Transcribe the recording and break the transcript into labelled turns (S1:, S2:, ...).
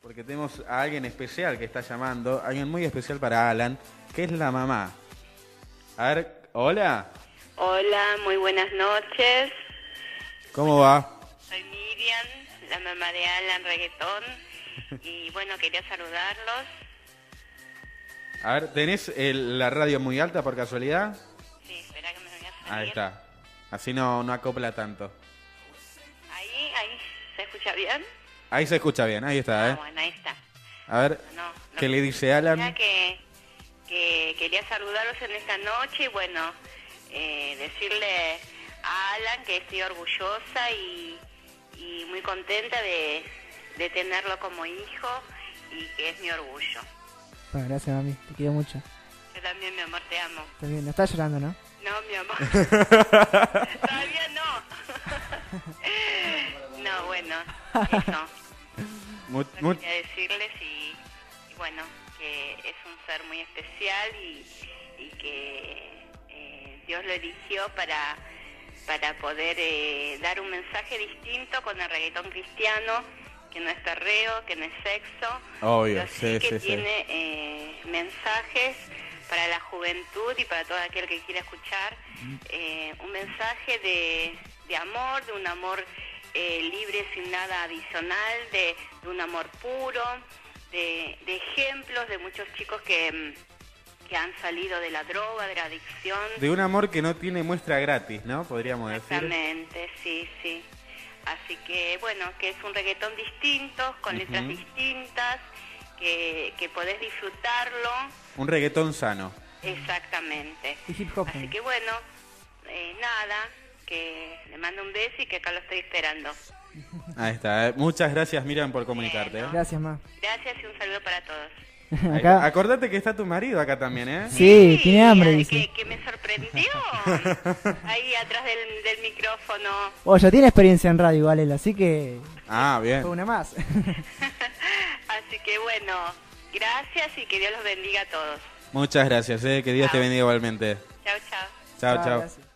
S1: Porque tenemos a alguien especial que está llamando, alguien muy especial para Alan, que es la mamá. A ver, hola,
S2: Hola, muy buenas noches.
S1: ¿cómo va?
S2: Soy Miriam, la mamá de Alan Reggaetón. Y bueno, quería saludarlos.
S1: A ver, ¿tenés el- la radio muy alta por casualidad?
S2: Sí, espera que me voy a salir.
S1: Ahí está. Así no, no acopla tanto.
S2: Ahí, ahí, ¿se escucha bien?
S1: Ahí se escucha bien, ahí está,
S2: Ah,
S1: ¿eh?
S2: bueno, ahí está.
S1: A ver,
S2: Ah, No, no.
S1: ¿qué le dice
S2: Ya
S1: Alan?
S2: que, que quería saludarlos en esta noche y bueno, eh, decirle a Alan que estoy orgullosa y, y muy contenta de, de tenerlo como hijo y que es mi orgullo.
S3: Bueno, gracias, mami. Te quiero mucho.
S2: Yo también, mi amor, te amo.
S3: También, no estás llorando, ¿no?
S2: No, mi amor. Todavía no. no, bueno, eso.
S1: Mu-
S2: Yo
S1: mu-
S2: Quería decirles y, y bueno, que es un ser muy especial y, y que eh, Dios lo eligió para, para poder eh, dar un mensaje distinto con el reggaetón cristiano, que no es perreo, que no es sexo,
S1: Obvio,
S2: pero
S1: sí,
S2: sí, que
S1: sí, sí.
S2: tiene eh, mensajes para la juventud y para todo aquel que quiera escuchar
S1: Mm.
S2: eh, un mensaje de, de amor, de un amor eh, libre sin nada adicional, de, de un amor puro, de, de ejemplos de muchos chicos que, mm, que han salido de la droga, de la adicción.
S1: De un amor que no tiene muestra gratis, ¿no? Podríamos decir.
S2: Exactamente, sí, sí. Así que bueno, que es un reggaetón distinto, con letras
S1: Ujú.
S2: distintas, que, que podés disfrutarlo,
S1: Un reggaetón sano.
S2: exactamente.
S3: Y hip hop.
S2: Así
S3: ¿no?
S2: que bueno, eh, nada, que le mando un beso y que acá lo estoy esperando.
S1: Ahí está. eh. Muchas gracias, Miriam, por comunicarte. ¿eh?
S3: Gracias, ma.
S2: Gracias y un saludo para todos.
S1: Ahí-
S3: Acá.
S1: Acordate que está tu marido acá también, ¿eh?
S3: Sí, tiene hambre,
S2: ay,
S3: dice.
S2: Que, que me sorprendió ahí atrás del, del micrófono.
S3: Oye, ya tiene experiencia en radio, Valel, así que.
S1: Ah, bien.
S3: Fue una más.
S2: Así que bueno, gracias y que Dios los bendiga a todos.
S1: Muchas gracias, ¿eh? Que Dios te bendiga igualmente.
S2: Chao, chao.
S1: Chao, chao.
S3: Ah, gracias.